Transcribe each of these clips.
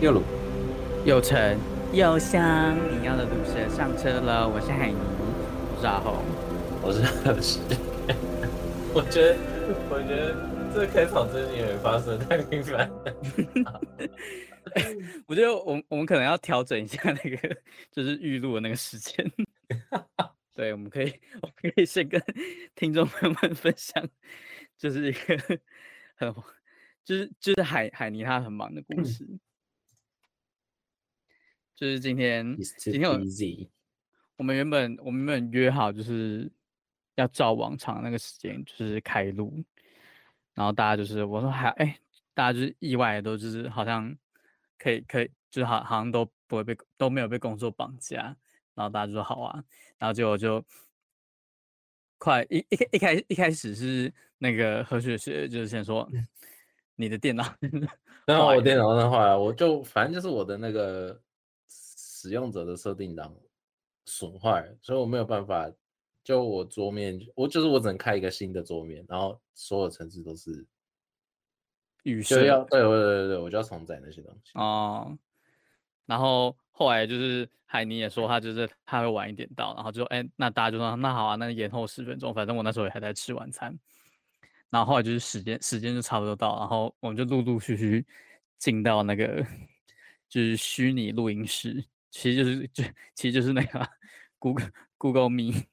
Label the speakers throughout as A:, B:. A: 右鲁，
B: 又城又香，你要的毒蛇上车了。我是海尼，我是阿红。
A: 我是何时？
C: 我觉得，我觉得这开场真的有点发生得太频繁了。
B: 我觉得我们我们可能要调整一下那个，就是预录的那个时 间。对，我们可以，我们可以先跟听众朋友们分享，就是一个很，就是就是海海尼他很忙的故事。就是今天，
A: It's
B: 今天
A: too
B: 我
A: easy。
B: 我们原本我们原本约好就是要照往常那个时间，就是开录，然后大家就是我说还哎、大家就是意外地都就是好像可以可以，就是好好像都不会被都没有被工作绑架，然后大家就说好啊，然后结果就快一一开一开一开始是那个何雪雪就是先说
C: 嗯
B: 你的电脑
C: 然后
B: 坏
C: 我
B: 了
C: 电脑上坏了，我就反正就是我的那个使用者的设定档损坏了，所以我没有办法。就我桌面，我就是我只能开一个新的桌面，然后所有程式都是
B: 语
C: 就
B: 塞
C: 要对对对对，我就要重载那些东西。
B: 哦，然后后来就是海尼也说他就是他会晚一点到，然后就说哎，那大家就说那好啊，那延后十分钟，反正我那时候也还在吃晚餐。然后后来就是时间时间就差不多到，然后我们就陆陆续续进到那个就是虚拟录音室，其实就是就其实就是那个啊 Google Google Meet，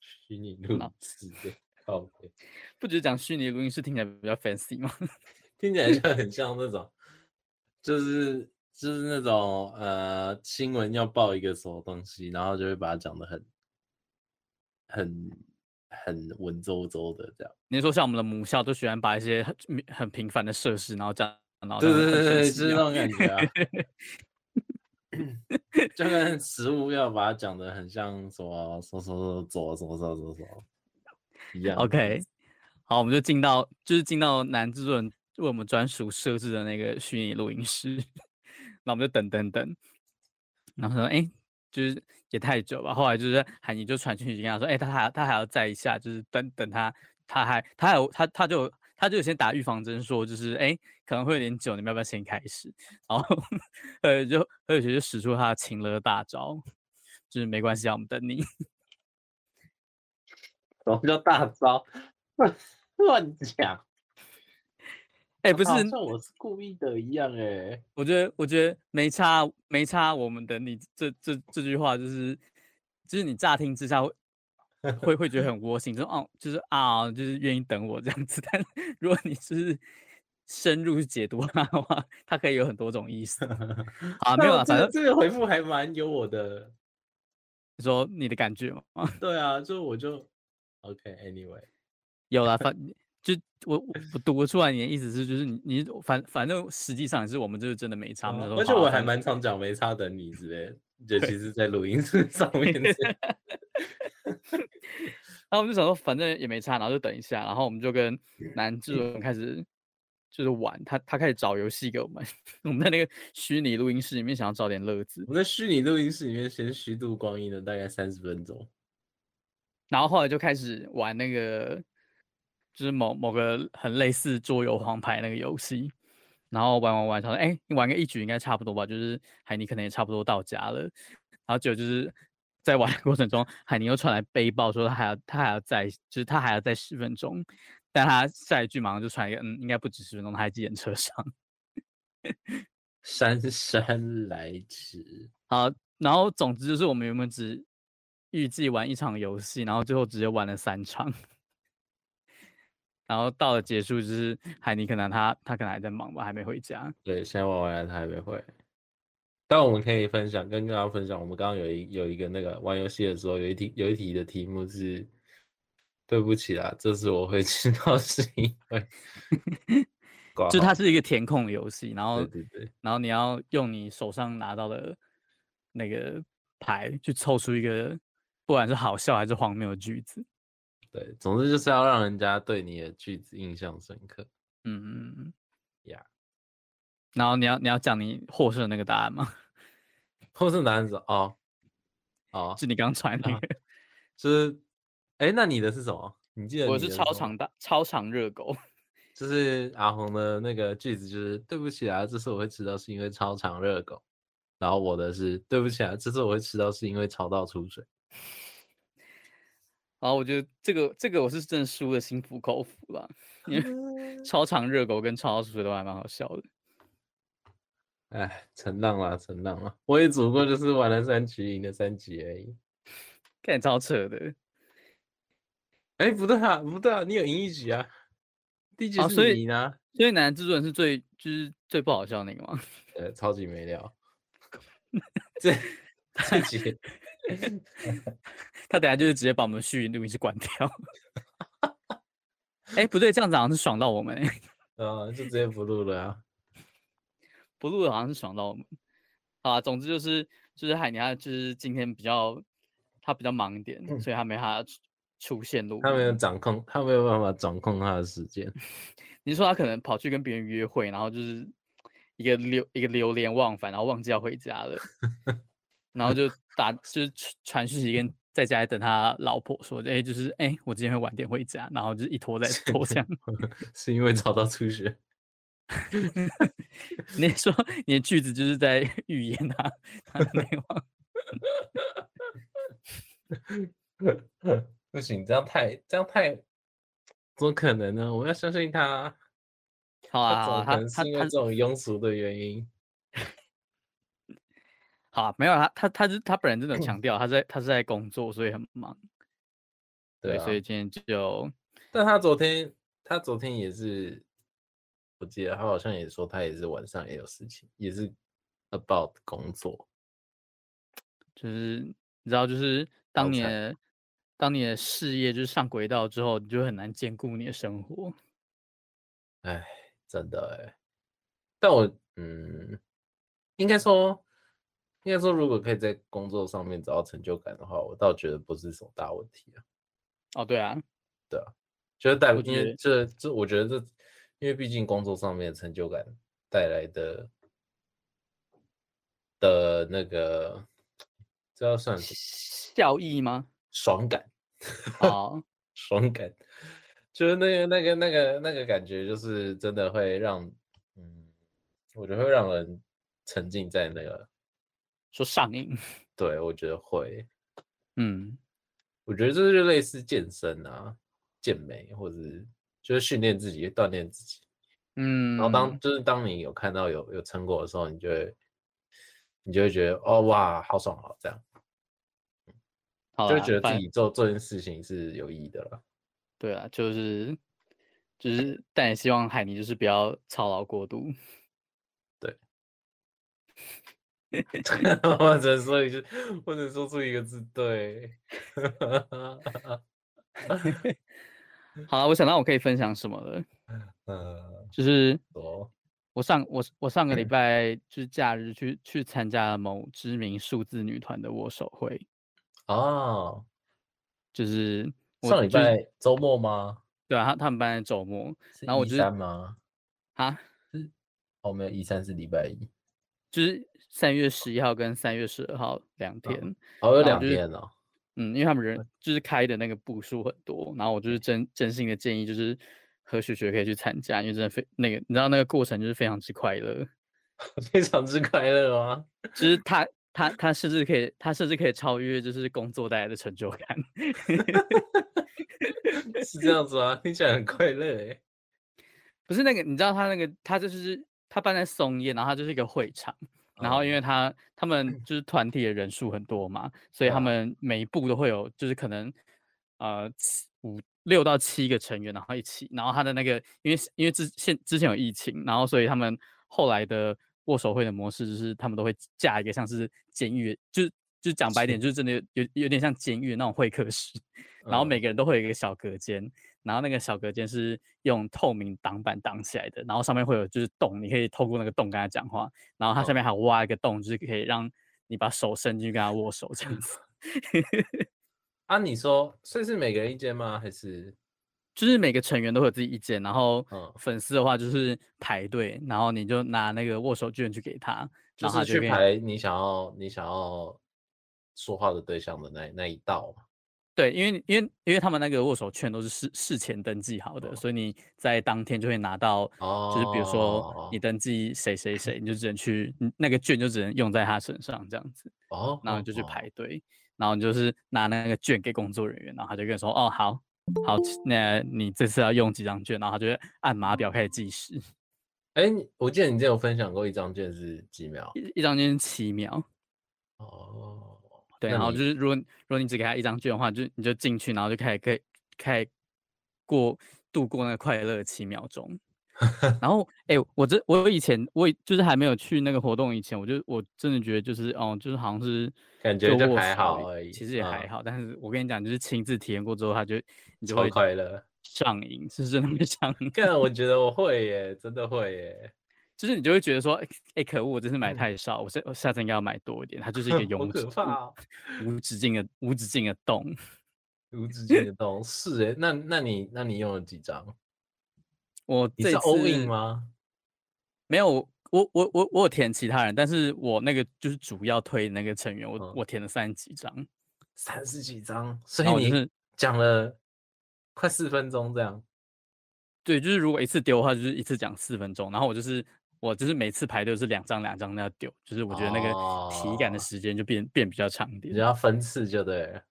C: 虚拟录
B: 好
C: 制的，靠背
B: 不只是讲虚拟录音室听起来比较 fancy 吗？
C: 听起来就很像那种，就是就是那种呃，新闻要报一个什么东西，然后就会把它讲的很很很文绉绉的这样。
B: 你说像我们的母校都喜欢把一些很很平凡的设施，然后这样，然后
C: 对
B: 让它
C: 对对
B: 很神
C: 对，
B: 奇
C: 就是
B: 一
C: 那
B: 样
C: 种感觉 啊。就跟食物要把它讲的很像什么什么什么什么什么什么什么什么一样。
B: OK，好，我们就进到就是进到男制作人为我们专属设置的那个虚拟录音室， 那我们就等等等，然后说哎、诶就是也太久吧。后来就是海尼就传讯息跟他说，哎、他还他还要再一下，就是等等他，他还他还有他他就他就先打预防针说，就是哎、诶可能会有点久，你们要不要先开始？然后 呃就而且就使出他的情勒大招，就是没关系啊，我们等你。
C: 什么叫大招？ 乱乱讲，
B: 哎、不是
C: 好像我是故意的一样哎、
B: 我觉得，我觉得没差，没差。我们等你这这这句话，就是就是你乍听之下会会会觉得很窝心，就是哦，就是啊，就是愿意等我这样子。 但如果你就是深入去解读它的话，它可以有很多种意 思啊。没有
C: 啊，
B: 啊，反正
C: 这个回复还蛮有我的，
B: 你说你的感觉嘛，
C: 对啊，就我就 OK，Anyway，、
B: 有啦，反就我我我读出来你的意思是，就是你你反反正实际上也是我们就是真的没差。我们就说
C: 哦而且
B: 好啊
C: 我
B: 反
C: 还
B: 正
C: 蛮常讲没差等你之类的，尤其是在录音室 上面这样，
B: 然后我们就想说，反正也没差，然后就等一下，然后我们就跟男制作人开始就是玩，他他开始找游戏给我们， 我们在那个虚拟录音室里面想要找点乐子，
C: 我们在虚拟录音室里面先虚度光阴了大概三十分钟，
B: 然后后来就开始玩那个就是某某个很类似桌游黄牌那个游戏，然后玩玩玩，想说哎，你玩个一局应该差不多吧，就是海尼可能也差不多到家了，然后结果就是。在玩的过程中，海尼又传来背包说他还要他还要再就是他还要再十分钟，但他下一句马上就传一个，嗯，应该不止十分钟，他还记得车上。
C: 姗姗来迟，
B: 好，然后总之就是我们原本只预计玩一场游戏，然后最后直接玩了三场， 然后到了结束就是海尼可能他他可能还在忙吧，还没回家。
C: 对，现在玩完了他还没回。但我们可以分享，跟大家分享，我们刚刚有一有一个那个玩游戏的时候，有一题有一题的题目是，对不起啦，这次我会迟到是因为 挂
B: 就
C: 号
B: 它是一个填空的游戏，然后
C: 啊对对对，
B: 然后你要用你手上拿到的那个牌去凑出一个，不管是好笑还是荒谬的句子。
C: 对，总之就是要让人家对你的句子印象深刻。
B: 嗯嗯嗯
C: 呀
B: 然后你要你要讲你获胜的那个答案吗？
C: 或是男子哦哦，
B: 是你刚传的那
C: 啊
B: 个，
C: 就是哎，那你的是什么？你记得
B: 我
C: 你
B: 是
C: 的
B: 超
C: 什么
B: 长大超长热狗。
C: 就是阿红的那个句子就是对不起啊，这次我会迟到是因为超长热狗。然后我的是对不起啊，这次我会迟到是因为吵到出 水。
B: 然后我觉得这个这个我是真的输的心服口服了，因为超长热狗跟超到水都还蛮好笑的。
C: 哎，承让啦，承让啦，我也只不过就是玩了三局，赢了三局而已。
B: 看超扯的
C: 哎，不对啊，不对啊，你有赢一局啊，第一局
B: 哦所
C: 是
B: 以
C: 你赢啊，
B: 所以男制作人是最就是最不好笑的那个吗？
C: 呃，超级没料。这这局
B: 他等下就是直接把我们续录音室关 掉。哎、不对，这样子好像是爽到我们、欸，
C: 呃，就直接不录了啊。
B: 不录的好像是爽到我们。好啊，总之就是就是海尼他就是今天比较他比较忙一点，所以他没他出出现录音。
C: 嗯他没有掌控，他没有办法掌控他的时间。
B: 你说他可能跑去跟别人约会，然后就是一个流一个流连忘返，然后忘记要回家了，然后就打就是传传讯息跟在家里等他老婆说，哎、就是哎、我今天会晚点回家，然后就是一拖再拖这样。
C: 是因为找到出血。
B: 你说你的句子就是在 预言他他的内网，
C: 不行，这样太这样太，怎么可能呢？我们要相信他啊，
B: 好
C: 他
B: 啊，好
C: 怎
B: 啊
C: 么可能
B: 他他
C: 是因为
B: 他
C: 这种庸俗的原因？
B: 好啊，没有啊他他他是他本人真的 有强调他在他是在工作，所以很忙，
C: 对啊，
B: 所以今天就
C: 但他昨天他昨天也是，我记得他好像也说他也是晚上也有事情，也是 about 工作。
B: 就是你知道，就是当
C: 好
B: 你
C: 惨
B: 的当你的事业就是上轨道之后，你就很难兼顾你的生活。
C: 哎，真的哎，但我嗯，应该说，应该说，如果可以在工作上面找到成就感的话，我倒觉得不是什么大问题啊。
B: 哦，对啊，
C: 就是代，
B: 我
C: 因
B: 觉
C: 为
B: 得
C: 这这，我觉得这，因为毕竟工作上面的成就感带来的的那个，这要算什么
B: 效益吗？
C: 爽感，
B: 哦，
C: 爽感，就是那个那个那个那个感觉，就是真的会让，嗯，我觉得会让人沉浸在那个，
B: 说上瘾，
C: 对我觉得会，
B: 嗯，
C: 我觉得这就类似健身啊、健美，或者是就是训练自己、锻炼自己。
B: 嗯，
C: 然后当就是当你有看到有有成果的时候，你就会你就会觉得哦哇，好爽好这样，
B: 好
C: 就会
B: 啦
C: 觉得
B: 哦反
C: 自己做做这件事情是有意义的了。
B: 对啊，就是就是，但也希望海尼就是不要操劳过度。
C: 我只能说一句，我只能说出一个字，对。
B: 好了，我想到我可以分享什么了，呃
C: 嗯，
B: 就是
C: 说
B: 我上我我上个
C: 嗯
B: 礼拜就是假日去去参加了某知名数字女团的握手会，
C: 哦，
B: 就是我
C: 上礼
B: 就是
C: 拜周末吗？
B: 对啊，他他们班在周末
C: 是
B: 然后我
C: 一
B: 就是
C: 三吗？
B: 啊，
C: 哦，没有，一三是礼拜一，
B: 就是三月十一号跟三月十二号两天，
C: 哦，有
B: 然后
C: 两
B: 就是
C: 天哦。
B: 嗯，因为他们人就是开的那个步数很多，然后我就是真真心的建议就是何雪雪可以去参加，因为真的非那个你知道那个过程就是非常之快乐，
C: 非常之快乐啊吗？
B: 就是他他他甚至可以他甚至可以超越就是工作带来的成就感，
C: 是这样子吗？听起来很快乐欸诶。
B: 不是那个你知道他那个他就是他办在松叶，然后他就是一个会场。然后因为
C: 哦
B: 他他们就是团体的人数很多嘛，所以他
C: 啊
B: 们每一步都会有，就是可能呃七五六到七个成员，然后一起，然后他的那个因为是因为之现之前有疫情，然后所以他们后来的握手会的模式就是他们都会架一个像是监狱，就是就是讲白点，就是真的有有有点像监狱那种会客室，然后
C: 嗯
B: 每个人都会有一个小隔间，然后那个小隔间是用透明挡板挡起来的，然后上面会有就是洞，你可以透过那个洞跟他讲话，然后它下
C: 嗯
B: 面还有挖一个洞，就是可以让你把手伸进去跟他握手这样 子，
C: 啊，你说，所以是每个人一间吗？还是
B: 就是每个成员都会有自己意见，然后
C: 嗯
B: 粉丝的话就是排队，然后你就拿那个握手券去给他，
C: 就
B: 然
C: 是
B: 后他
C: 去
B: 跟你
C: 排你想要你想要说话的对象的那那一道嘛？
B: 对，因为因为因为他们那个握手券都是事事前登记好
C: 嗯
B: 的，所以你在当天就会拿到，
C: 哦，
B: 就是比如说你登记谁谁谁，你就只能去你那个券就只能用在他身上这样子，
C: 哦，
B: 然后你就去
C: 哦哦
B: 排队，然后你就是拿那个券给工作人员，然后他就跟你说哦好好，那你这次要用几张券，然后他就会按码表开始计时，
C: 哎，你我记得你之前有分享过一张券是几秒？
B: 一一张券是七秒，
C: 哦，
B: 对，
C: 那
B: 然后
C: 你
B: 就是如果你如果你只给他一张券的话，就你就进去，然后就开始可以开始过度过那个快乐的七秒 钟。然后，哎、我这我以前我以就是还没有去那个活动以前，我就我真的觉得就是哦，就是好像是
C: 感觉
B: 就
C: 就
B: 握
C: 还
B: 手
C: 好而已
B: 其实也还
C: 嗯
B: 好。但是我跟你讲，就是亲自体验过之后，他就你就
C: 超
B: 会
C: 快乐。
B: 上瘾，是 真的会上瘾。
C: 看，我觉得我会耶，真的会耶。
B: 就是你就会觉得说，哎、可恶，我这次买太少，我下我下次应该要买多一点。它就是一个
C: 嗯 好
B: 永
C: 可
B: 止
C: 怕哦，
B: 无无止境的无止境的洞。
C: 无止境的洞是哎，那那你那你用了几张？
B: 我
C: 你
B: 这
C: 是 all
B: 次
C: in 吗？
B: 没有，我我我我有填其他人，但是我那个就是主要推那个成员，我、
C: 嗯
B: 我填了三十几张，
C: 三十几张，所
B: 然后
C: 以
B: 我就
C: 你
B: 是
C: 讲了快四分钟这样。
B: 对，就是如果一次丢的话，就是一次讲四分钟，然后我就是我就是每次排队是两张两张那样丢，就是我觉得那个体感的
C: 哦
B: 时间就变变比较长一
C: 你
B: 点，
C: 要分次就对了。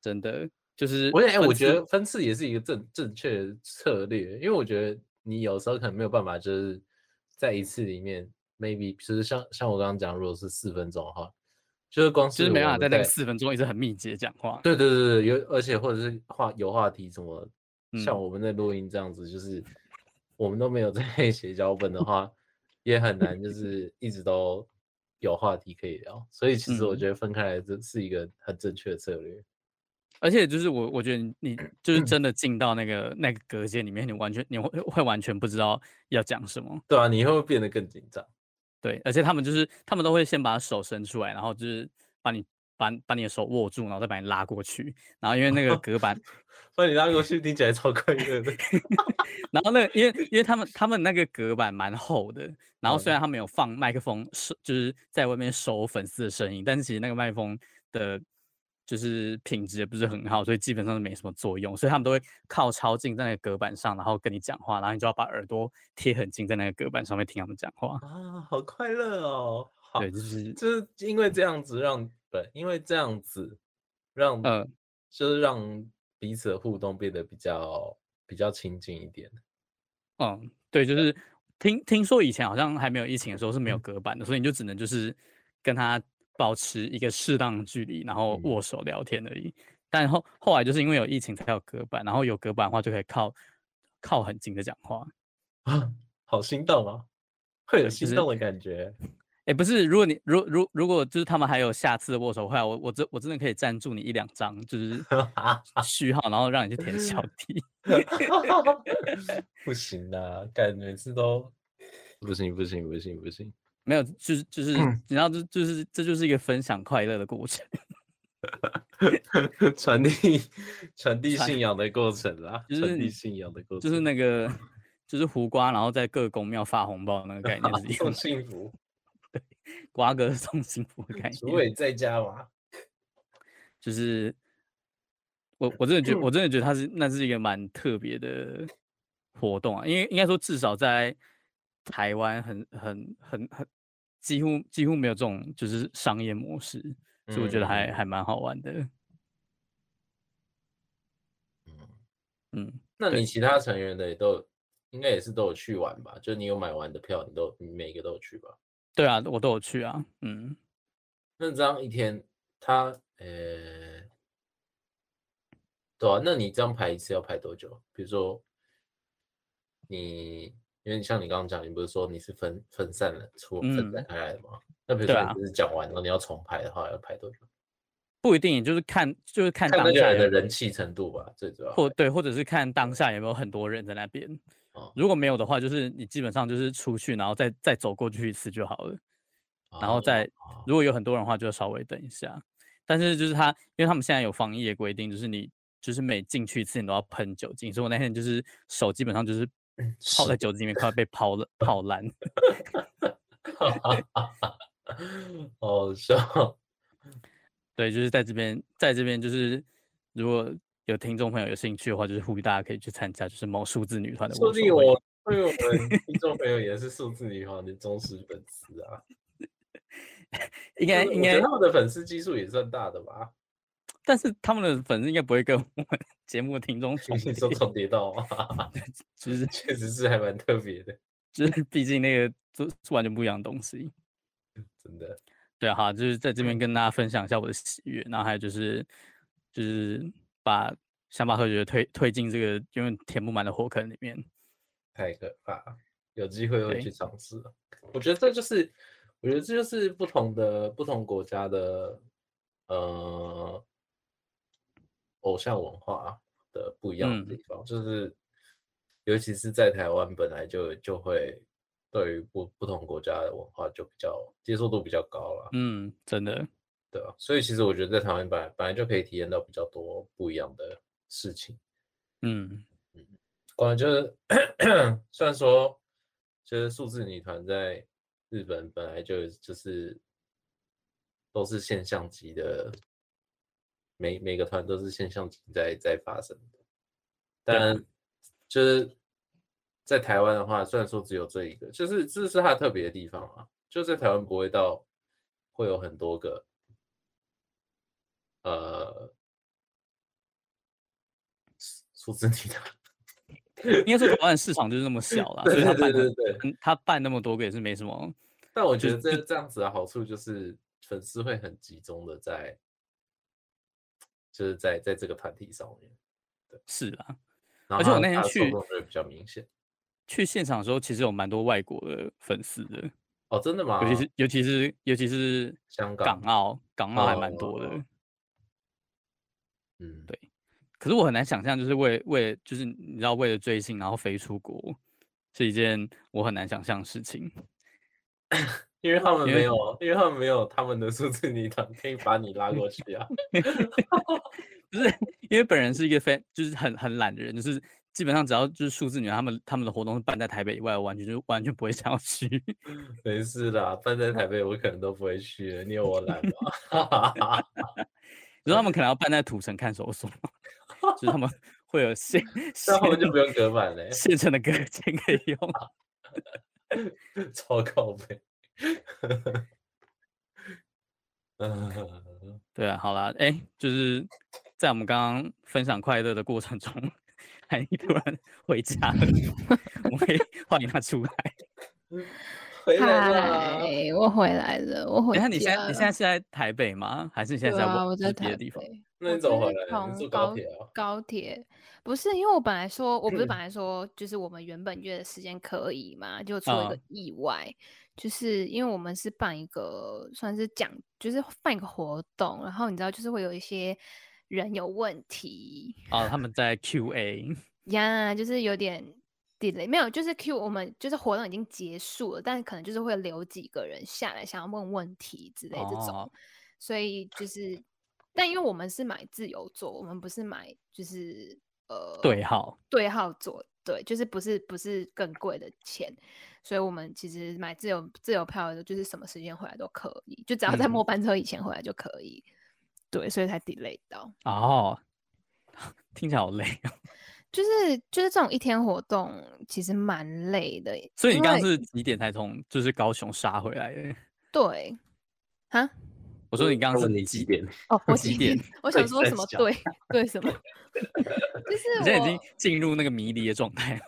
B: 真的就是
C: 我也、哎，
B: 分
C: 我觉
B: 次
C: 得分次也是一个正正确的策略，因为我觉得你有时候可能没有办法，就是在一次里面，maybe 就是像像我刚刚讲，如果是四分钟的话，就是光
B: 就是是没
C: 我
B: 办法
C: 们
B: 在那个四分钟一直很密集的讲话，
C: 对对对对，有而且或者是话有话题什么，像
B: 嗯
C: 我们在录音这样子，就是我们都没有在 写脚本的话，也很难就是一直都有话题可以聊，所以其实我
B: 嗯
C: 觉得分开来这是一个很正确的策略。
B: 而且就是我我觉得你就是
C: 嗯
B: 真的进到那个那个隔间里面，你完全你会会完全不知道要讲什么。
C: 对啊，你会不会变得更紧张？
B: 对，而且他们就是他们都会先把手伸出来，然后就是把你把把你的手握住，然后再把你拉过去，然后因为那个隔板，
C: 把你拉过去，听起来超快乐的。
B: 然后那个因为因为他们他们那个隔板蛮厚的，然后虽
C: 嗯
B: 然他们有放麦克风收，就是在外面收粉丝的声音，但是其实那个麦克风的。就是品质也不是很好，所以基本上是没什么作用，所以他们都会靠超近在那个隔板上，然后跟你讲话，然后你就要把耳朵贴很近在那个隔板上面听他们讲话。
C: 啊，好快乐哦！好，
B: 对，就是
C: 就是因为这样子让，不，因为这样子让，
B: 呃，
C: 就是让彼此的互动变得比较比较亲近一点。
B: 嗯，对，就是听听说以前好像还没有疫情的时候是没有隔板的，所以你就只能就是跟他保持一个适当的距离，然后
C: 嗯
B: 握手聊天而已。但后后来就是因为有疫情才有隔板，然后有隔板的话就可以靠靠很近的讲话。
C: 啊，好心动啊，会有
B: 对就
C: 心
B: 是
C: 动的感觉。
B: 哎，不是，如果你如如如果就是他们还有下次的握手会啊，我我真我真的可以赞助你一两张，就是序号，然后让你去填小弟。
C: 不行啊，感觉每次 都不行不行不行不行。
B: 没有，就是就是，你知道，这就是这就是一个分享快乐的过程。
C: 传递传递
B: 传
C: 信仰的过程啦，
B: 就是
C: 传递
B: 你
C: 信仰的过程，
B: 就是那个 就是胡瓜，然后在各公庙发红包的那个概念是一样
C: 送
B: 的，
C: 幸福。
B: 瓜哥送幸福
C: 嗯
B: 的概
C: 主
B: 念，
C: 委在家嘛，
B: 就是我我真的觉得我真的觉得它是那是一个蛮特别的活动啊，因为应该说至少在台湾很很很很几乎几乎没有这种就是商业模式，所以我觉得还还蛮好玩的，
C: 嗯
B: 嗯。
C: 那
B: 对
C: 你其他成员的也都有应该也是都有去玩吧？就你有买完的票，你都你每一个都有去吧？
B: 对啊，我都有去啊，嗯，
C: 那这样一天，他呃，对啊，那你这样排一次要排多久？比如说你，因为像你刚刚讲，你不是说你是分分散了出分散
B: 嗯
C: 开来的吗？那比如
B: 对
C: 说
B: 啊
C: 你只是讲完，然后你要重排的话，要排多久？
B: 不一定，就是看就是看
C: 看
B: 当
C: 那个
B: 下
C: 人的
B: 有
C: 人气程度吧，最主要
B: 或
C: 还
B: 对，或者是看当下有没有很多人在那边。
C: 哦
B: 如果没有的话，就是你基本上就是出去，然后再再走过去一次就好了。然后
C: 哦
B: 再
C: 哦
B: 如果有很多人的话，就稍微等一下。但是就是他，因为他们现在有防疫的规定，就是你就是每进去一次你都要喷酒精，所以我那天就是手基本上就是泡
C: 嗯是
B: 在酒精里面，快要被 泡了泡烂。
C: 好笑，
B: 对，就是在这边，在这边就是如果有听众朋友有兴趣的话，就是呼吁大家可以去参加，就是某数字女团的
C: 说
B: 握
C: 不
B: 手
C: 定
B: 会。
C: 我对我 们听众朋友也是数字女皇的忠实粉丝啊，
B: 应该
C: 我
B: 应
C: 觉得
B: 该，
C: 他们的粉丝基数也算大的 吧？
B: 但是他们的粉丝应该不会跟我们节目听众 重
C: 你说
B: 叠，
C: 重叠到吗？
B: 就是
C: 确实是还蛮特别的，
B: 就是毕竟那个都是完全不一样的东西。
C: 真的。
B: 对啊哈，好就是在这边跟大家分享一下我的喜悦，然后还有就是就是把想把何觉推推进这个永远填不满的火坑里面。
C: 太可怕了！有机会会
B: 对
C: 去尝试啊。我觉得这就是，我觉得这就是不同的不同国家的呃偶像文化的不一样的
B: 嗯
C: 地方，就是尤其是在台湾本来就就会对于不不同国家的文化就比较接受度比较高了，
B: 嗯，真的，
C: 对啊，所以其实我觉得在台湾本来本来就可以体验到比较多不一样的事情。
B: 嗯，
C: 光就是 虽然说，就是数字女团在日本本来就就是都是现象级的，每每个团都是现象级在在发生的，
B: 对啊
C: 但就是在台湾的话，虽然说只有这一个，就是这是它特别的地方啊，就在台湾不会到会有很多个，呃，数数字女团。
B: 应该说台湾的市场就是那么小啦，所以
C: 对
B: 他
C: 对
B: 办
C: 对
B: 很
C: 对对。
B: 嗯他办那么多个也是没什么。
C: 但 我觉
B: 就
C: 得这这样子的好处就是粉丝会很集中的在，就是在在这个团体上面，
B: 是啊，
C: 然
B: 而
C: 后
B: 且我
C: 它
B: 那天
C: 它的受众
B: 去
C: 就会比较明显。
B: 去现场的时候其实有蛮多外国的粉丝的，
C: 哦，真的吗？
B: 尤其是尤其是尤其是
C: 香港
B: 港，澳，港澳还蛮多的。
C: 哦嗯，
B: 对可是我很难想象，就是为为了就是你知道为了追星然后飞出国，是一件我很难想象的事情。
C: 因为他们没
B: 因为
C: 有，因为他们没有他们的数字女团可以把你拉过去啊。
B: 因为本人是一个非就是很很懒的人，就是基本上只要就是数字女孩他们他们的活动是办在台北以外，我完全就完全不会想要去。
C: 没事啦，搬在台北我可能都不会去了，你有我懒吗？
B: 然后他们可能要办在土城看守所，就是他们会有 现
C: 那他们就
B: 现
C: 不用隔板 嘞，
B: 现成的隔间可以用。
C: 超靠背。 嗯。
B: 对啊，好啦，哎、就是在我们刚刚分享快乐的过程中，海尼
A: 嗯
B: 突然回家 了，我可以欢迎他出来。
C: 回来啦！
A: 嗨，我回来了，我回
B: 等一
A: 家
B: 下你现在
A: 了。
B: 你现在是在台北吗？还是你现在
A: 对
B: 在
A: 啊，
B: 外
A: 我在
B: 别
A: 台
B: 的地方？
A: 北。
C: 那
A: 我
C: 你怎么
A: 就是
C: 回来？你
A: 从
C: 坐高
A: 高
C: 铁啊？嗯
A: 高铁不是，因为我本来说，我不是本来说，就是我们原本约的时间可以嘛，就出了一个
B: 嗯
A: 意外，就是因为我们是办一个算是讲，就是办一个活动，然后你知道，就是会有一些人有问题，
B: 哦，他们在 QA，
A: 呀就是有点 delay，没有，就是 Q 我们就是活动已经结束了，但可能就是会留几个人下来想要问问题之类这种，
B: 哦
A: 所以就是，但因为我们是买自由座，我们不是买就是呃
B: 对号，
A: 对号座，对，就是不是不是更贵的钱，所以我们其实买自由自由票的就是什么时间回来都可以，就只要在
B: 嗯
A: 末班车以前回来就可以，对，所以才 delay 到。
B: 哦， 听起来好累哦。
A: 就是就是这种一天活动，其实蛮累的。
B: 所以你
A: 因
B: 刚刚
A: 为
B: 是几点才从就是高雄杀回来的？
A: 对啊？
B: 我说你刚刚是
C: 问你几？点？
A: 哦，我
B: 几
A: 想
B: 点？
A: 我
C: 在
A: 想说
C: 在
A: 什么
C: 想
A: 对 对什么，
B: 你
A: 就是
B: 现在已经
A: 我
B: 进入那个迷离的状态了。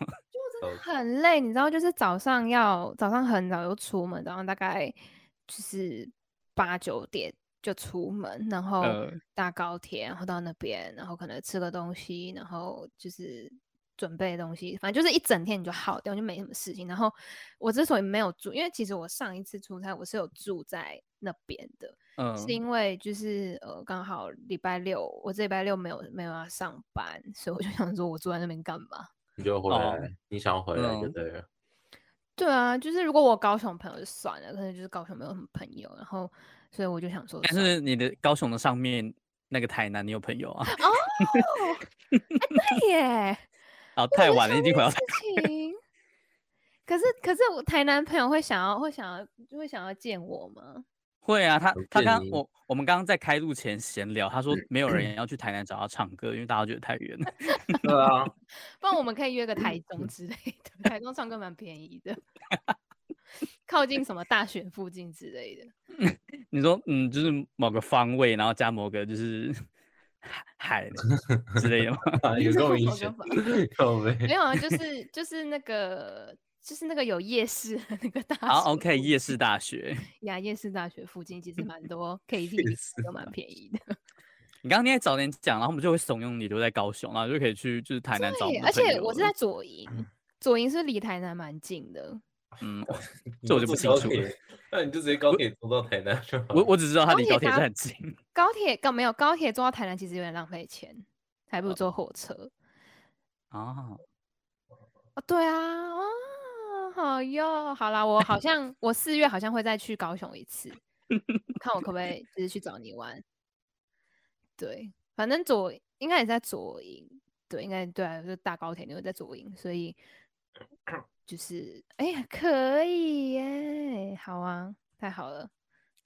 A: 很累，你知道，就是早上要早上很早就出门，早上大概就是八九点就出门，然后
B: 呃
A: 搭高铁，然后到那边，然后可能吃个东西，然后就是准备东西，反正就是一整天你就耗掉，就没什么事情。然后我之所以没有住，因为其实我上一次出差我是有住在那边的，
B: 嗯，
A: 是因为就是呃，刚好礼拜六，我这礼拜六没有没有要上班，所以我就想说，我住在那边干嘛？
C: 你就回来，
B: 哦
C: 你想要回来就
B: 嗯
C: 对了。
A: 对啊，就是如果我高雄朋友就算了，可能就是高雄没有什么朋友，然后所以我就想说
B: 但
A: 算了，
B: 是你的高雄的上面那个台南，你有朋友啊？
A: 对耶，
B: 然后
A: 我
B: 太
A: 就
B: 晚了，
A: 想
B: 一定
A: 这
B: 回到
A: 件事情。 可是可是我台南朋友会想要会想要会想要见我吗？
B: 会啊，他
C: 很
B: 他
C: 便
B: 刚
C: 宜嗯
B: 我我们刚刚在开录前闲聊，他说没有人要去台南找他唱歌，因为大家觉得太远了。
C: 对啊，
A: 不然我们可以约个台中之类的， 台中唱歌蛮便宜的，靠近什么大学附近之类的。
B: 你说嗯，就是某个方位，然后加某个就是 海海之类的吗？
C: 有 够明
A: 我
C: 显
A: 跟，
C: 够没？
A: 没有啊，就是就是那个就是那个有夜市的那个大学
B: 好，OK，啊
A: 附
B: 夜市大学。
A: 呀，夜市大学附近其实蛮多
C: 夜
A: KTV
C: 市
A: 都蛮便宜的。
B: 你刚刚应该早点讲，然后我们就会怂恿你留在高雄，然后就可以去就是台南找我
A: 对，
B: 们的
A: 而
B: 朋
A: 且
B: 友
A: 我是
B: 了
A: 在左营，左营是离台南蛮近的。
B: 嗯，我
C: 你
B: 这我就
C: 坐
B: 不清
C: 高
B: 楚了
C: 铁，那你就直接高铁坐到台南就好
B: 我
C: 了。
B: 我只知道它
A: 高
B: 离
A: 铁
B: 高铁
A: 搭
B: 站很近。
A: 高铁刚没有高铁坐到台南，其实有点浪费钱，还
B: 哦
A: 不如坐火车。
B: 啊，
A: 哦，对啊，哦，好哟，好啦，我好像我四月好像会再去高雄一次，看我可不可以就是去找你玩。对，反正左应该也在左营，对，应该对啊，就大高铁就在左营，所以就是哎呀，可以耶，好啊，太好了。
B: 啊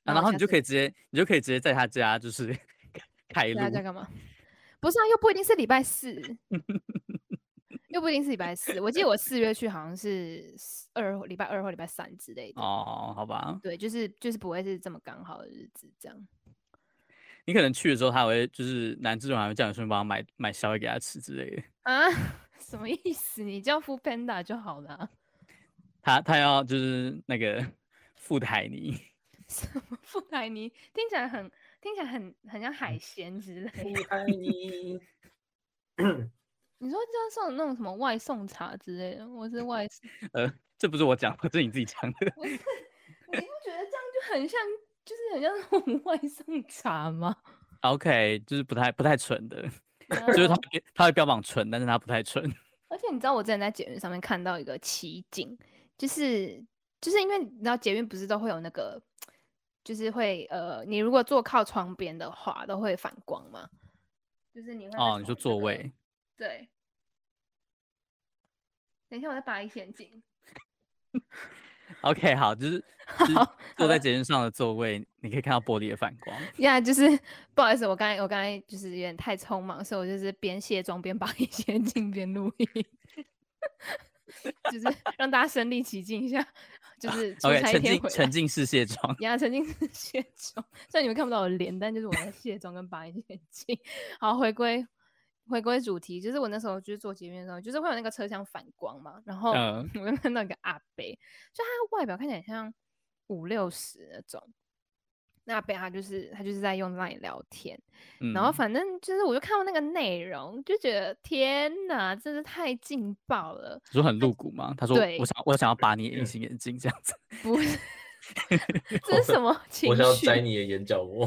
A: 那
B: 然
A: 我
B: 后
A: 下
B: 你就
A: 次
B: 可以直接，你就可以直接在他家就是 开
A: 大家在
B: 路。
A: 干嘛？不是啊，又不一定是礼拜四，又不一定是礼拜四。我记得我四月去好像是二礼拜二或礼拜三之类的。
B: 哦，好吧，
A: 对，就是就是不会是这么刚好的日子这样。
B: 你可能去的时候，他还会就是男志荣还会叫你顺便帮他买买宵夜给他吃之类的。
A: 啊， 什么意思？你叫 f o o Panda 就好了啊、
B: 他他要就是那个富台泥，
A: 什么富台尼？听起来很听起来很很像海鲜之类的。
C: 爱 你。
A: 你说就像那种什么外送茶之类的，我是外送，
B: 呃，这不是我讲的，这是你自己讲的。
A: 不是？你不觉得这样就很像，就是很像那种 外送茶 吗？
B: OK，就是不太不太纯的，
A: 就
B: 就是他会他会标榜纯，但是他不太纯。
A: 而且你知道，我之前在捷运上面看到一个奇景，就是就是因为你知道捷运不是都会有那个，就是会呃，你如果坐靠窗边的话，都会反光嘛，就是你会在
B: 哦，你说
A: 从
B: 座
A: 那个
B: 位，
A: 对。等一下，我再拔一些眼镜。
B: OK，好， 就是就是
A: 好
B: 坐在捷运上的座位，你可以看到玻璃的反光。
A: 呀、就是不好意思，我刚才我刚才就是有点太匆忙，所以我就是边卸妆边拔一些眼镜边录音， 就是让大家身临其境一下，就是出
B: OK，
A: 差一
B: 沉
A: 天
B: 浸
A: 回来
B: 沉。浸式卸 妆。
A: 呀，曾经是卸妆，虽然你们看不到我的脸，但就是我在卸妆跟拔眼镜。好，回归回归主题，就是我那时候就是做捷运的时候，就是会有那个车厢反光嘛，然后
B: 嗯
A: 我就看到一个阿伯，就他外表看起来像五六十那种。那阿伯他就是他就是在用 LINE 聊天，
B: 嗯，
A: 然后反正就是我就看到那个内容，就觉得天哪，真是太劲爆了。
B: 你说很露骨吗？他说
A: 对
B: 我想我想要拔你隐形眼镜这样子。
A: 不是， 这是什么情
C: 我想要
A: 绪？
C: 摘你的眼角膜，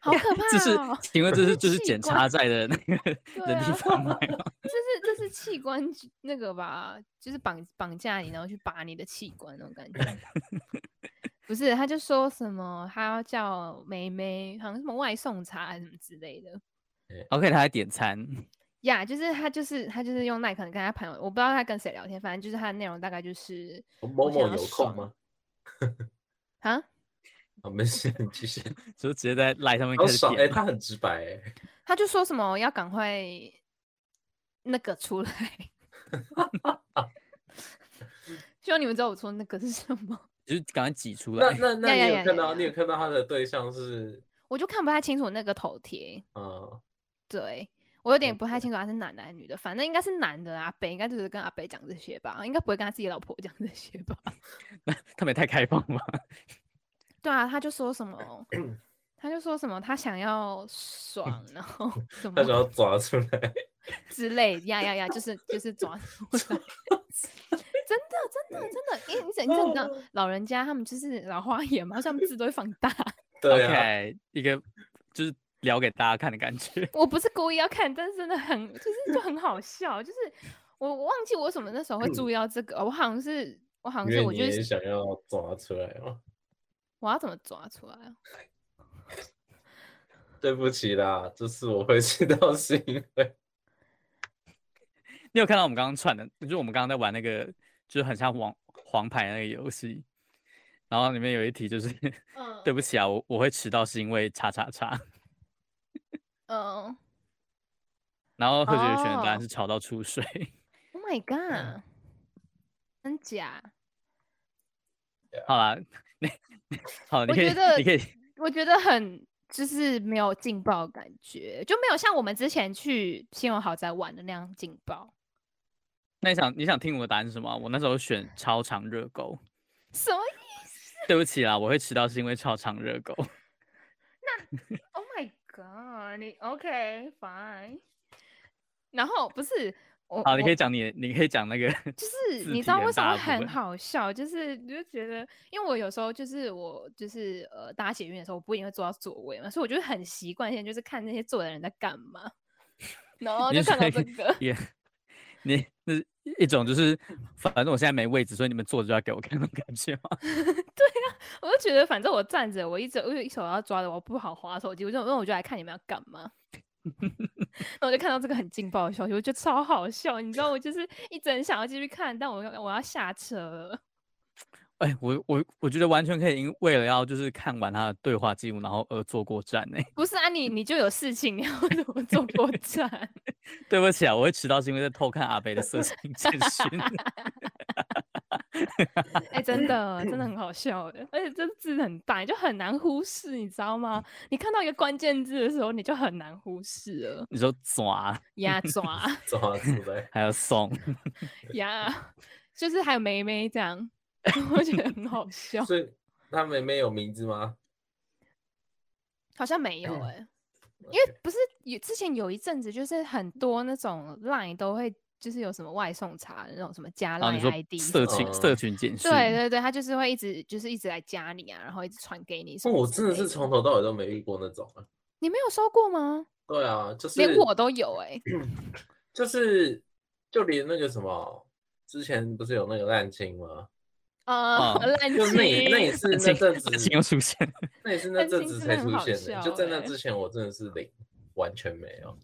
A: 好可怕、哦！
B: 这是请问这 是就是
A: 器
B: 检
A: 官
B: 查在的那个
A: 对
B: 人体
A: 啊
B: 贩 卖吗？
A: 这是这是器官之那个吧，就是绑绑架你，然后去拔你的器官那种感觉。不是，他就说什么他要叫梅梅，好像什么外送茶还是什么之类的。
B: OK，他在点餐，
A: 呀、就是他就是他就是用奈可能跟他朋友，我不知道他跟谁聊天，反正就是他的内容大概就是
C: 某
A: 我想
C: 某
A: 要
C: 有空
A: 爽
C: 吗？
A: 啊，
C: 啊，没事，你继续。
B: 就直接在赖上面
C: 好
B: 开始
C: 爽哎，
B: 点。
C: 他很直白 哎，
A: 他就说什么要赶快那个出来。 希望你们知道我说那个是什么。
B: 就是赶快挤出
C: 那
B: 来。
C: 那那
A: 呀呀
C: 你
A: 呀
C: 有看
A: 呀
C: 到你
A: 呀
C: 有看到他的对象是
A: 我就看不太清楚那个头贴，
C: 呃
A: 对我有点
C: 嗯
A: 不太
C: 对
A: 清楚他是男的还是女的，反正应该是男的啊。北应该就是跟阿北讲这些吧，应该不会跟他自己老婆 讲这些吧？
B: 他们也太开放吧？
A: 对啊，他就说什 么，他就说什么他想要 爽，然后什
C: 他想
A: 么
C: 要抓出来，
A: 之类的，呀呀呀，就是就是抓出来。 真的，真的，真的，因为你怎你怎么知道老人家他们就是老花眼嘛，所以他们字都会放大。
C: 对啊，
B: OK，一个就是聊给大家看的感觉。
A: 我不是故意要看，但是真的很，就是就很好笑。就是我我忘记我为什么那时候会注意到这个，我好像是我好像
C: 因
A: 是
C: 为
A: 我
C: 你
A: 就
C: 也
A: 是
C: 想要抓出来哦。
A: 我要怎么抓出来啊？
C: 对不起啦，这是我会知道是因为
B: 你有看到我们刚刚串的，就是我们刚刚在玩那个，就是很像王黄牌那个游戏。然后里面有一题就是
A: 嗯，
B: 对不起啊，我我会迟到是因为叉叉叉，
A: 嗯
B: 然后贺学选的答
A: 哦
B: 案是吵到出水，
A: ，Oh my
B: 嗯
A: god，真假？
B: 好啦，你好，你
A: 我
B: 可以
A: 觉得
B: 你可以
A: 我觉得很就是没有劲爆的感觉，就没有像我们之前去信用豪宅玩的那样劲爆。
B: 那你想你想听我的答案是什么啊？我那时候选超长热狗。
A: 什么
B: 对不起啦，我会迟到是因为超长热狗。
A: ？Oh my god！你 OK fine？然后不是我，
B: 好，你
A: 我
B: 可以讲你，你可以讲那个，
A: 就是
B: 字
A: 你
B: 体
A: 知道
B: 很
A: 为什
B: 大
A: 么会
B: 的部
A: 很
B: 分
A: 好笑，就是你就觉得，因为我有时候就是我就是呃搭捷运的时候，我不一定会坐到座位嘛，所以我就会很习惯性就是看那些坐的人在干嘛， 然后
B: 你
A: 就是看到这
B: 说
A: 个，
B: 也，你那是一种就是，反正我现在没位置，所以你们坐着就要给我看那种感觉吗？
A: 我就觉得反正我站着，我一直我有一手要抓着，我不好滑手机，我就那我就来看你们要干嘛。 然后我就看到这个很劲爆的消息，我觉得超好笑，你知道，我就是一直很想要继续看，但我要我要下车了。
B: 哎，我我我觉得完全可以因为了要就是看完他的对话记录，然后而坐过站呢、
A: 不是啊你，你就有事情，你要 怎么坐过站？
B: 对不起啊，我会迟到是因为在偷看阿北的色情简讯。
A: 哎、真的，真的很好笑的，而且这字很大，就很难忽视，你知道吗？你看到一个关键字的时候，你就很难忽视了。
B: 你说抓，
A: 呀 抓
C: 怎么之 类
B: 还有送，
A: 呀，就是还有梅梅这样， 我觉得很好笑。
C: 所以他妹妹有名字吗？
A: 好像没有哎、因为不是有之前有一阵子，就是很多那种 line 都会就是有什么外送茶的那种什么加
B: 然后
C: 哦
A: line
B: 你说
A: ID 什
B: 色
A: 么
B: 情
C: 嗯
B: 色情简讯，
A: 对对对，他就是会一直就是一直来加你啊，然后一直传给你什
C: 那
A: 么
C: 哦我
A: 之
C: 真的
A: 类
C: 是从头到尾都没遇过那种啊。
A: 你没有收过吗？
C: 对啊，就是嗯
A: 连我都有哎、
C: 就是就连那个什么，之前不是有那个烂青吗？
A: 呃，
B: 嗯
A: 烂
C: 就是那也那也
A: 青，
C: 是那阵
B: 色情又
C: 子，
B: 出现，
C: 那也是那
A: 烂
C: 阵
A: 青
C: 子
A: 真的
C: 才
A: 很
C: 出
A: 好
C: 现的、就在那
A: 笑欸
C: 之前我真的是零，完全没有。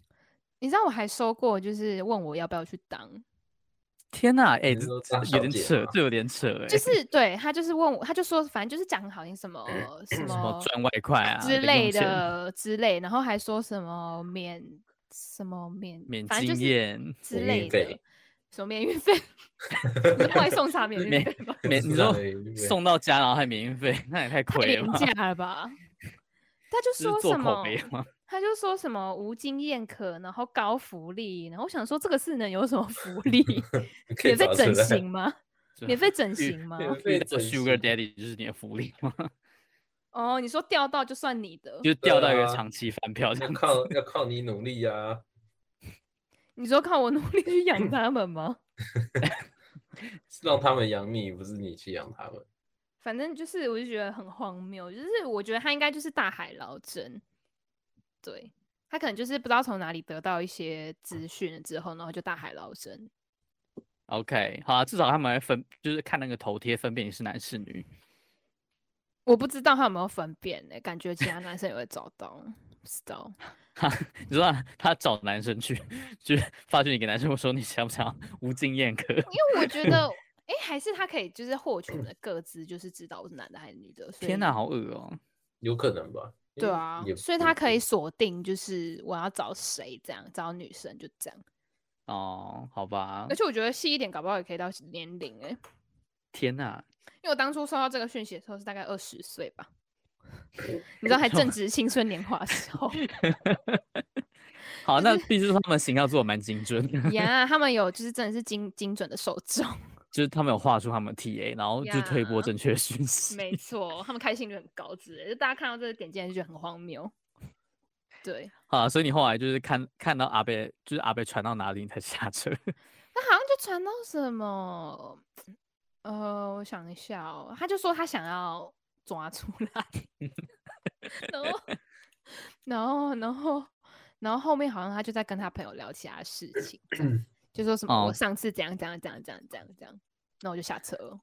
A: 你知道我还收过，就是问我要不要去当，
B: 天哪、哎、
C: 你是
B: 这
C: 说
B: 这
C: 当
B: 有
C: 小
B: 点
C: 姐
B: 扯
C: 吗，
B: 这有点扯、哎。
A: 就是对他就是问我，他就说反正就是讲好像什么什
B: 什么
A: 么
B: 赚外快啊
A: 之
B: 零
A: 类
B: 用钱
A: 的之类，然后还说什么免什么免
B: 免
A: 反
B: 经
A: 正就 是
B: 验
A: 之
C: 免
A: 类
C: 运费
A: 的，什么免运费， 你是外送茶免运
B: 免
A: 费吗？
B: 免，
C: 是
B: 你
C: 这样
B: 说
C: 的一个
B: 送到家然后还免运费，那也太
A: 太
B: 亏
A: 廉
B: 了吧？
A: 价了吧？他就
B: 这
A: 说
B: 是做
A: 什么
B: 口？碑啊吗？
A: 他就说什么无经验可，然后高福利，然后我想说这个是能有什么福利？
C: 你可以
A: 免费
C: 找出
A: 整
C: 来
A: 形吗？
B: 是
A: 免
B: 吧
A: 费整
B: 遇
A: 形吗？
C: 免
B: 遇
C: 费
B: 到
C: 整
B: Sugar
C: 形
B: Daddy 就是你的福利吗？
A: 哦，你说钓到就算你的，
B: 就是钓到一个
C: 啊
B: 长期饭票这
C: 要
B: 样子。
C: 靠要靠你努力呀、啊。
A: 你说靠我努力去
B: 嗯
A: 养他们吗？
C: 是让他们养你，不是你去养他们。
A: 反正就是，我就觉得很荒谬，就是我觉得他应该就是大海捞针，对他可能就是不知道从哪里得到一些资讯了之后，然后就大海捞针。
B: OK，好、啊，至少他们会分，就是看那个头贴分辨你是男是女。
A: 我不知道他有没有分辨呢、感觉其他男生也会找到，不知道。
B: 哈，你知道他找男生去，就是发觉你给男生我说你想不想无经验 课？
A: 因为我觉
B: 嗯
A: 得，哎、还是他可以就是获取我们的各自，就是知道我是男的还是女的。所
B: 天
A: 以
B: 哪，好恶哦、
C: 有可能吧？因
A: 对
C: 为
A: 啊
C: 也，
A: 所以
C: 不
A: 他可以
C: 不
A: 锁定，就是我要找谁这样，找女生就这样。
B: 哦，好吧
A: 而，且我觉得细一点，搞不好也可以到年龄哎、
B: 天哪，
A: 因为我当初收到这个讯息的时候是大概二十岁 吧，你知道还正值青春年华的时 候
B: 好，那必须说他们行要做得蛮精准的。
A: 呀他们有就是真的是精精准的手 中，
B: 就是他们有画出他们的 TA，然后就是推播
A: 呀
B: 正确的讯息。
A: 没错，他们开心率很高之类的，就大家看到这个点进来就觉得很荒谬。对，
B: 啊，所以你后来就是看看到阿贝，就是阿贝传到哪里你才下车。
A: 他好像就传到什么，呃，我想一下哦，他就说他想要抓出来，然后，然后，然后，然后后面好像他就在跟他朋友聊其他事情这样，就说什么我
B: 哦
A: 上次怎样怎样怎样怎样怎样怎样，那我就下车了。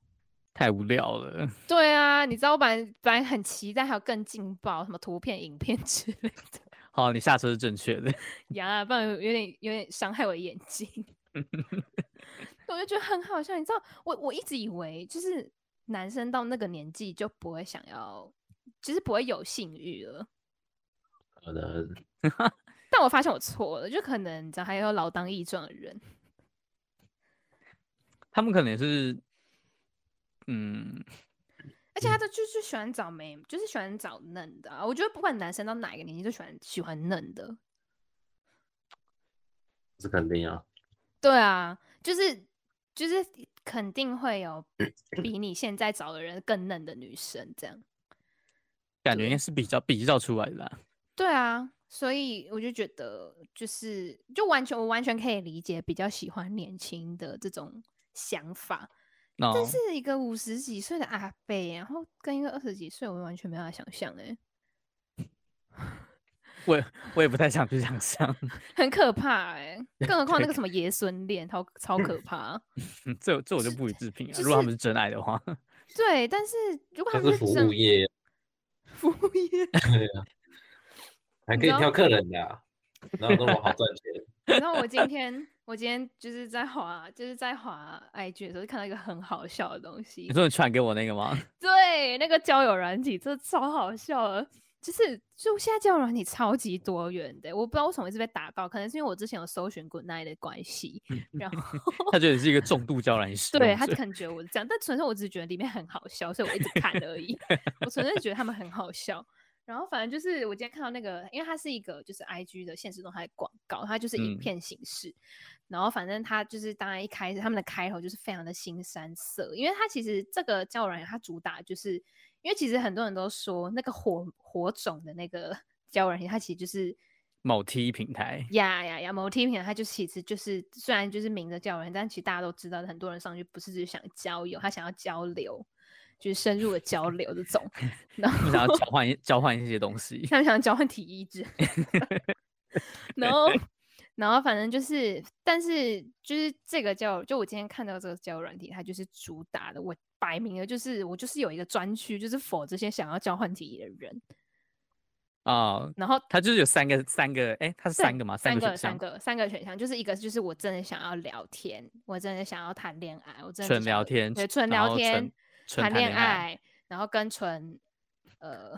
B: 太无聊了，
A: 对啊，你知道我本来本来很期待还有更劲爆什么图片、影片之类的
B: 好，你下车是正确的。
A: 呀，啊不然有有点有点伤害我的眼 睛。我就觉得很好笑，你知道，我我一直以为就是男生到那个年纪就不会想要，就是不会有性欲了。
C: 可能
A: 但我发现我错了，就可能你知道还有老当益壮的人，
B: 他们可能也是，嗯，
A: 而且他都就是喜欢找没，就是喜欢找嫩的、啊。我觉得不管男生到哪一个年纪，都喜欢喜欢嫩的。
C: 是肯定啊。
A: 对啊，就是就是肯定会有比你现在找的人更嫩的女生这样。
B: 感觉应该是比较比较出来的啦。
A: 对啊，所以我就觉得就是就完全我完全可以理解比较喜欢年轻的这种想法，
B: 那、
C: 哦
A: 但是一个五十几岁的阿贝，然后跟一个二十几岁，我完全没办法想象哎、
B: 我也我也不太想去想象，
A: 很可怕哎、更何况那
B: 对
A: 个什么爷孙 恋，超超可怕。
B: 嗯这这我就不予置评啊。
A: 就
B: 如果他
A: 是
B: 们是真爱的话，
A: 对，啊但是如果他
C: 但
A: 们
C: 是服
A: 真
C: 务业
A: 服务业，
C: 还
A: 你
C: 可以
A: 知道
C: 挑客人的、啊，哪有那么好赚钱？
A: 然后我今天我今天就是在滑就是在滑 IG 的时候，就看到一个很好笑的东西
B: 你，说你传给我那个 吗？
A: 对，那个交友软体真的超好笑的，就是就现在交友软体超级多元的，我不知道为什么一直被打到，可能是因为我之前有搜寻 Good Night 的关系，然后
B: 他觉得你是一个重度 娇兰使
A: 对
B: 用
A: 他
B: 者
A: 可能觉得我是这样，但纯粹我只是觉得里面很好笑，所以我一直看而已。我纯粹觉得他们很好笑。然后反正就是我今天看到那个，因为它是一个就是 I G 的现实动态广告，它就是影
B: 嗯
A: 片形式。然后反正它就是当然一开始他们的开头就是非常的新山色，因为它其实这个交友软件它主打就是，因为其实很多人都说那个火火种的那个交友软件，它其实就是
B: 某 T 平台，
A: 呀呀呀！某 T 平台它就其实就是虽然就是名字叫人，但其实大家都知道，很多人上去不是只是想交友，他想要交流，就是深入的交流这种，然
B: 他
A: 后
B: 们想要交换一交换一些东 西。
A: 他们想要交换体意志， 然后然后反正就是，但是就是这个交友，就我今天看到这个交友软体，它就是主打的，我摆明了就是我就是有一个专区，就是否这些想要交换体意的人，
B: 啊，
A: 然后
B: 它就是有三个三个，哎、它是
A: 对
B: 三个吗？
A: 三
B: 个
A: 个
B: 选项
A: 三，个三个选项，就是一个就是我真的想要聊天，我真的想要谈恋爱，我真的
B: 纯
A: 只想
B: 聊
A: 要
B: 天，
A: 对，纯
B: 然
A: 聊
B: 后
A: 天，
B: 纯
A: 谈
B: 恋
A: 恋，爱，然后跟纯呃，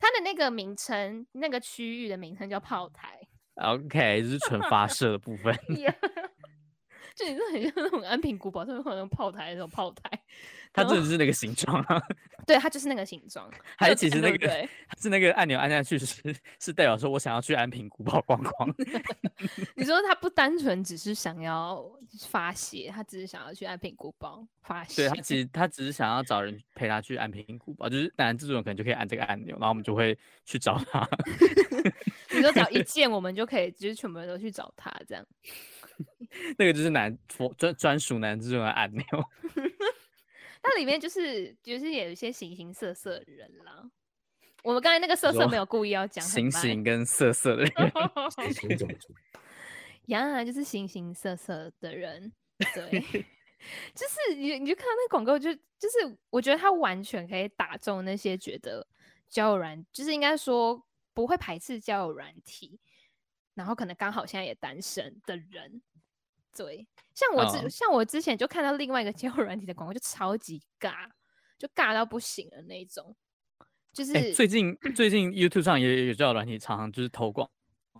A: 它的那个名称那个区域的名称叫炮 台，
B: OK，就是纯发射的部 分。
A: 就你这很像那种安平古堡上面会有那种炮台的那种炮台，
B: 它
A: 然
B: 真的
A: 后
B: 是那个形状 啊，
A: 对，它就是那个形状，
B: 还
A: 有
B: 其
A: 看
B: 实那
A: 哦对不
B: 个
A: 对
B: 它是那个按钮按下去是是代表说我想要去安平古堡逛 逛。
A: 你说他不单纯只是想要发泄，他只是想要去安平古堡发泄，
B: 对他其实他只是想要找人陪他去安平古堡，就是当然制作人可能就可以按这个按钮，然后我们就会去找他。
A: 你说只要一见我们就可以，就是全部人都去找他这样。
B: 那个就是男佛专专属男制作人的按钮。
A: 那里面就是就是也有一些形形色色的人啦。我们刚才那个色色
B: 说
A: 没有故意要讲很
B: 形
A: 慢
B: 形跟色色的人，
C: 你怎么做？
A: 呀，就是形形色色的人， 对， 就是你你就看到那广告就就是我觉得他完全可以打中那些觉得交友软，就是应该说不会排斥交友软体，然后可能刚好现在也单身的人，对，像我之、
B: 哦
A: 像我之前就看到另外一个交友软体的广告，就超级尬，就尬到不行的那一种，就是、
B: 哎、最近最近 YouTube 上也有叫软体常常就是投广，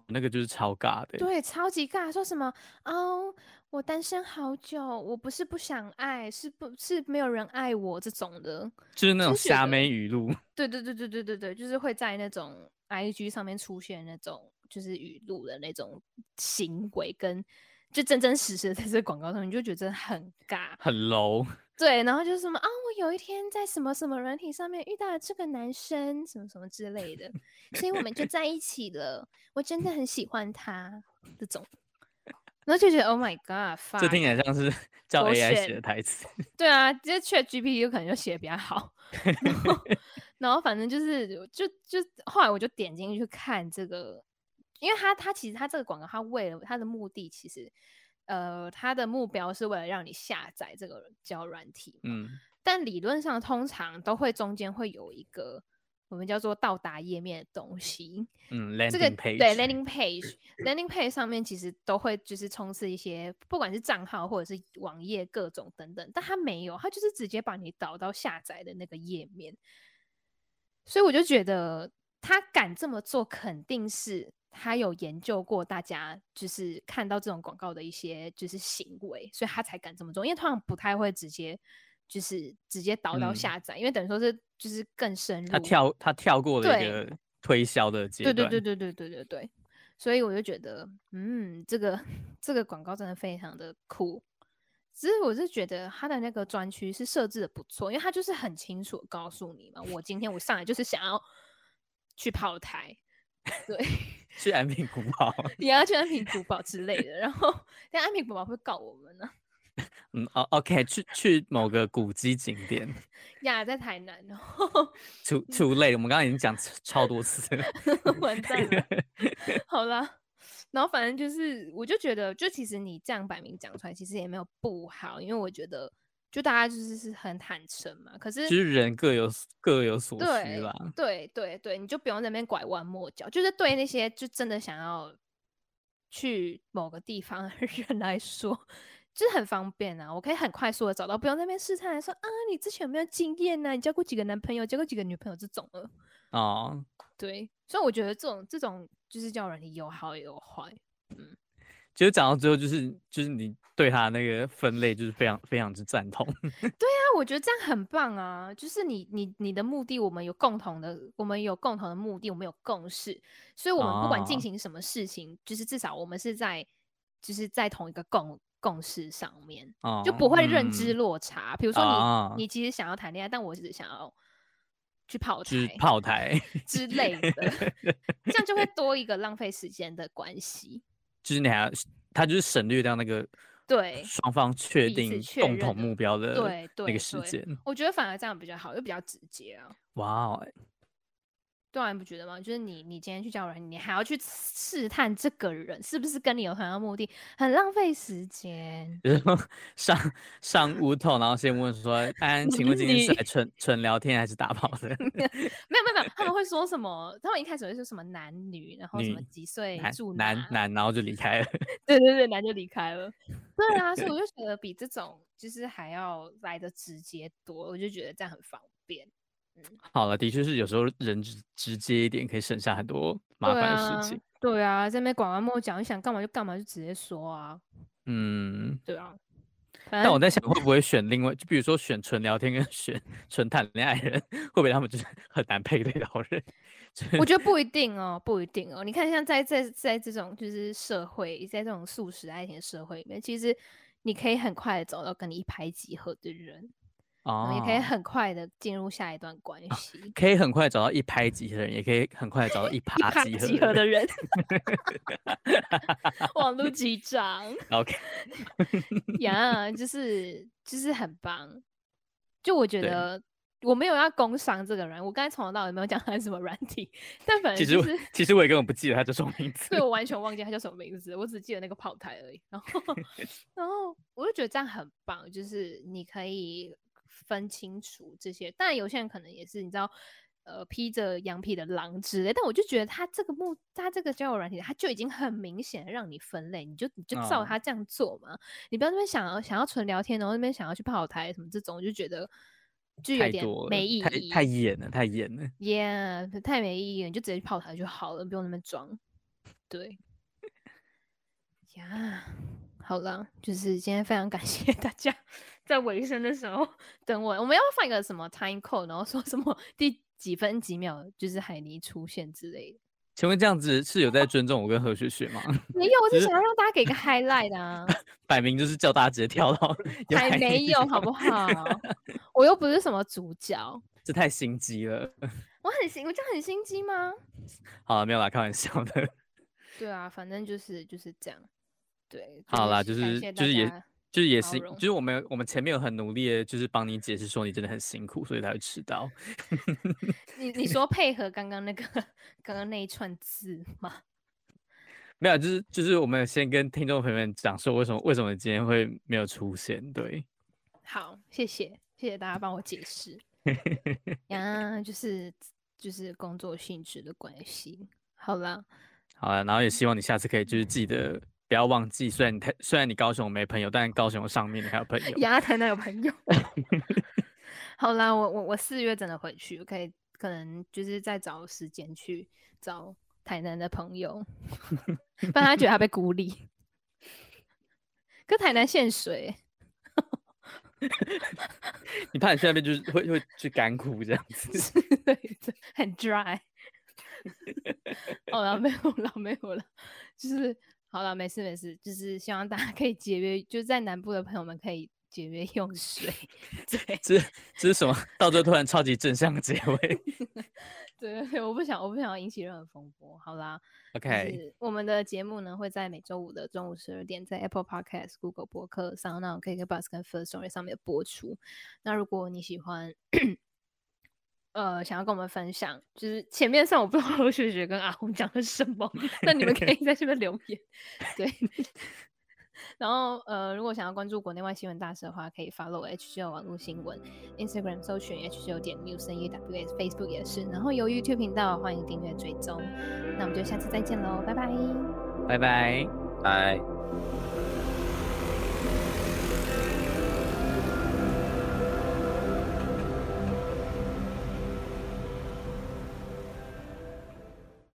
B: 那个就是超尬的欸、
A: 对，超级尬，说什么哦，我单身好久，我不是不想爱，是不是没有人爱我这种的。
B: 就是那种
A: 就是觉
B: 虾
A: 得
B: 妹语录。
A: 对对对对对对对，就是会在那种 IG 上面出现那种就是语录的那种行为跟。就真真实实的在这个广告上面，你就觉得很尬，
B: 很 low，
A: 对，然后就是什么啊，我有一天在什么什么软体上面遇到了这个男生，什么什么之类 的，所以我们就在一起了。我真的很喜欢他，这种，然后就觉得 Oh my God，
B: 这听起来
A: fuck
B: 像是叫
A: 狗
B: AI
A: 血
B: 写的台词。
A: 对啊，这 Chat GPT 有可能就写的比较好。 然后，然后反正就是，就就后来我就点进去看这个，因为他他其实他这个广告，他为了他的目的其实，呃，他的目标是为了让你下载这个交友软体嘛。
B: 嗯，
A: 但理论上通常都会中间会有一个我们叫做到达页面的东西。
B: 嗯
A: 这个
B: ，landing page，
A: 对 landing page，landing page 上面其实都会就是充斥一些，不管是账号或者是网页各种等等，但它没有，它就是直接把你导到下载的那个页面。所以我就觉得他敢这么做，肯定是他有研究过大家就是看到这种广告的一些就是行为，所以他才敢这么做。因为通常不太会直接就是直接导到
B: 嗯
A: 下载，因为等于说是就是更深入。
B: 他跳他跳过了一
A: 对
B: 个推销的阶
A: 对
B: 段，
A: 对对对对对对对，所以我就觉得，嗯，这个 这个广告真的非常的酷。只是我是觉得它的那个专区是设置的不错，因为它就是很清楚地告诉你嘛，我今天我上来就是想要去炮台，
B: 去安平古堡，
A: 也要去安平古堡之类的，然后 但安平古堡会告我们呢、啊
B: 嗯，哦，OK，去去某个古迹景点
A: 呀，在台南，然后
B: ，too too late，我们刚刚已经讲超超多次了，
A: 完蛋了。好啦，然后反正就是，我就觉得，就其实你这样摆明讲出来，其实也没有不好，因为我觉得，就大家就是是很坦诚嘛。可是
B: 就，是人各有各有所需
A: 对
B: 啦，
A: 对对对，你就不用在那边拐弯抹角，就是对那些就真的想要去某个地方的 人来说。就是很方便啊，我可以很快速的找到，不用在那边试探说啊，你之前有没有经验呢、啊你交过几个男朋友，交过几个女朋友这种的。
B: 哦，
A: 对，所以我觉得这种这种就是叫人你有好也有坏，
B: 就是讲到最后，就是就是你对他那个分类就是非常非常之赞同，
A: 那我觉得这样很棒啊！就是你、你、你的目的，我们有共同的，我们有共同的目的，我们有共识，所以我们不管进
B: 啊
A: 行什么事情，就是至少我们是在，就是在同一个共共识上面，
B: 哦，
A: 就不会认知
B: 嗯
A: 落差。比如说你，
B: 啊
A: 你其实想要谈恋爱，但我只是想要去泡
B: 就是
A: 台
B: 炮台，
A: 之类的，这样就会多一个浪费时间的关系。
B: 就是你还要他就是省略掉那个
A: 对
B: 双方确
A: 彼此
B: 定
A: 确
B: 共
A: 认
B: 同
A: 的
B: 目标的
A: 对
B: 那
A: 对
B: 个时
A: 对
B: 间，
A: 我觉得反而这样比较好，又比较直接啊。
B: 哇哦，
A: 对啊，你不觉得吗？就是你，你今天去交友软件，你还要去试探这个人是不是跟你有同样的目的，很浪费时间。
B: 然后 上上屋头，然后先问说：“安安，请问今天 是来纯纯聊天还是打炮的
A: 没有没有没有，他们会说什么？他们一开始会说什么男女，然后什么
B: 女
A: 几？”岁
B: 男
A: 住哪？
B: 男男，然后就离开了。
A: 对对对，男就离开了。对啊，所以我就觉得比这种就是还要来的直接多，我就觉得这样很方便。
B: 好了，的确是有时候人直直接一点，可以省下很多麻烦的事情。
A: 对啊，对啊，在那边拐弯抹角，你想干嘛就干嘛，就直接说啊。
B: 嗯，
A: 对啊，反
B: 但我
A: 正
B: 在想，会不会选另外，就比如说选纯聊天跟选 纯谈恋爱的人，会不会他们就是很难配对到人？就是
A: 我觉得不一定哦，不一定哦。你看，像在在在这种就是社会，在这种素食爱情的社会里面，其实你可以很快的找到跟你一拍即合的人，然后也可以
B: 哦
A: 很快的进入下一段关系。
B: 可以很快找到一拍即合的人，也可以很快找到一
A: 一
B: 趴
A: 拍
B: 即合
A: 即合
B: 的人。
A: 的人，网 络局长
B: OK，
A: 呀就是就是很棒。就我觉
B: 对
A: 得我没有要工伤这个人，我刚才从头到尾没有讲他是什么软体，但反
B: 其
A: 正
B: 实
A: 就
B: 我
A: 是
B: 其实我也根本不记得他叫什么名字。
A: 对我完全忘记他叫什么名字，我只记得那个炮台而已。然后， 然后我就觉得这样很棒，就是你可以分清楚这些。当然，有些人可能也是你知道，呃，披着羊皮的狼之类。但我就觉得他这个目，他这个交友软体，他就已经很明显地让你分类，你就你就照
B: 哦
A: 他这样做嘛。你不要那边想要想要纯聊天，然后那边想要去炮台什么这种，我就觉得就有
B: 太
A: 点
B: 多了
A: 没意
B: 太
A: 义。
B: 太演了，太演了。
A: 耶太没意义了，你就直接去泡台就好了，不用那么装。对，呀、好了，就是今天非常感谢大家在尾声的时候等我，我们要放一个什么 time code，然后说什么第几分几秒就是海尼出现之类的。
B: 请问这样子是有在尊重我跟何雪雪吗？
A: 没有，我只
B: 只是
A: 想要让大家给个 highlight 啊，
B: 摆明就是叫大家直接跳 到 有
A: 还
B: 海
A: 没
B: 绵
A: 有
B: 体
A: 好不好？我又不是什么主角，
B: 这太心机了。
A: 我很心，我这样很心机吗？
B: 好了，没有啦，开玩笑的。
A: 对啊，反正就是就是这样。对，
B: 好啦，就
A: 感
B: 是
A: 谢大
B: 就是也
A: 家
B: 就是也
A: 包
B: 是
A: 容
B: 就是我们我们前面有很努力的，就是帮你解释说你真的很辛苦，所以才会迟到。
A: 你你说配合刚刚那个刚刚那一串字吗？
B: 没有，就是就是我们先跟听众朋友们讲说为什么为什么今天会没有出现。对，
A: 好，谢谢谢谢大家帮我解释呀，就是就是工作性质的关系。好啦，
B: 好了，然后也希望你下次可以就是记得不要忘记，虽然你台虽然你高雄没朋友，但高雄上面你还有朋友。
A: 呀，台南有朋友。 好啦，我我我四月真的回去，我可以可能就是再找时间去找台南的朋友，不然他觉得他被孤立。 可台南限水，
B: 你怕你去那边就是会会去干枯这样 子。
A: 对，这很 dry。好了，没有了，没有了，就是好了，没事没事，就是希望大家可以节约，就是在南部的朋友们可以节约用水。 对
B: 这这是什么？到最后突然超级正向的结尾。
A: 对对，我不想我不想要引起任何风波。好啦，就
B: OK，
A: 是我们的节目呢会在每周五的中午十二点，在 Apple Podcast、Google 播客上、那种 KKBox 跟 First Story 上面播出。那如果你喜欢，呃，想要跟我们分享，就是前面上我不知道 雪雪跟阿红讲了什么，那你们可以在下面留言。对。 然后，呃，如果想要关注国内外新闻大事的话，可以 follow H 九网络新闻，Instagram 搜寻 H 九点 news N E W S，Facebook 也是。然后有 YouTube 频道，欢迎订阅追踪。那我们就下次再见喽，拜拜。
B: 拜拜。
C: 拜。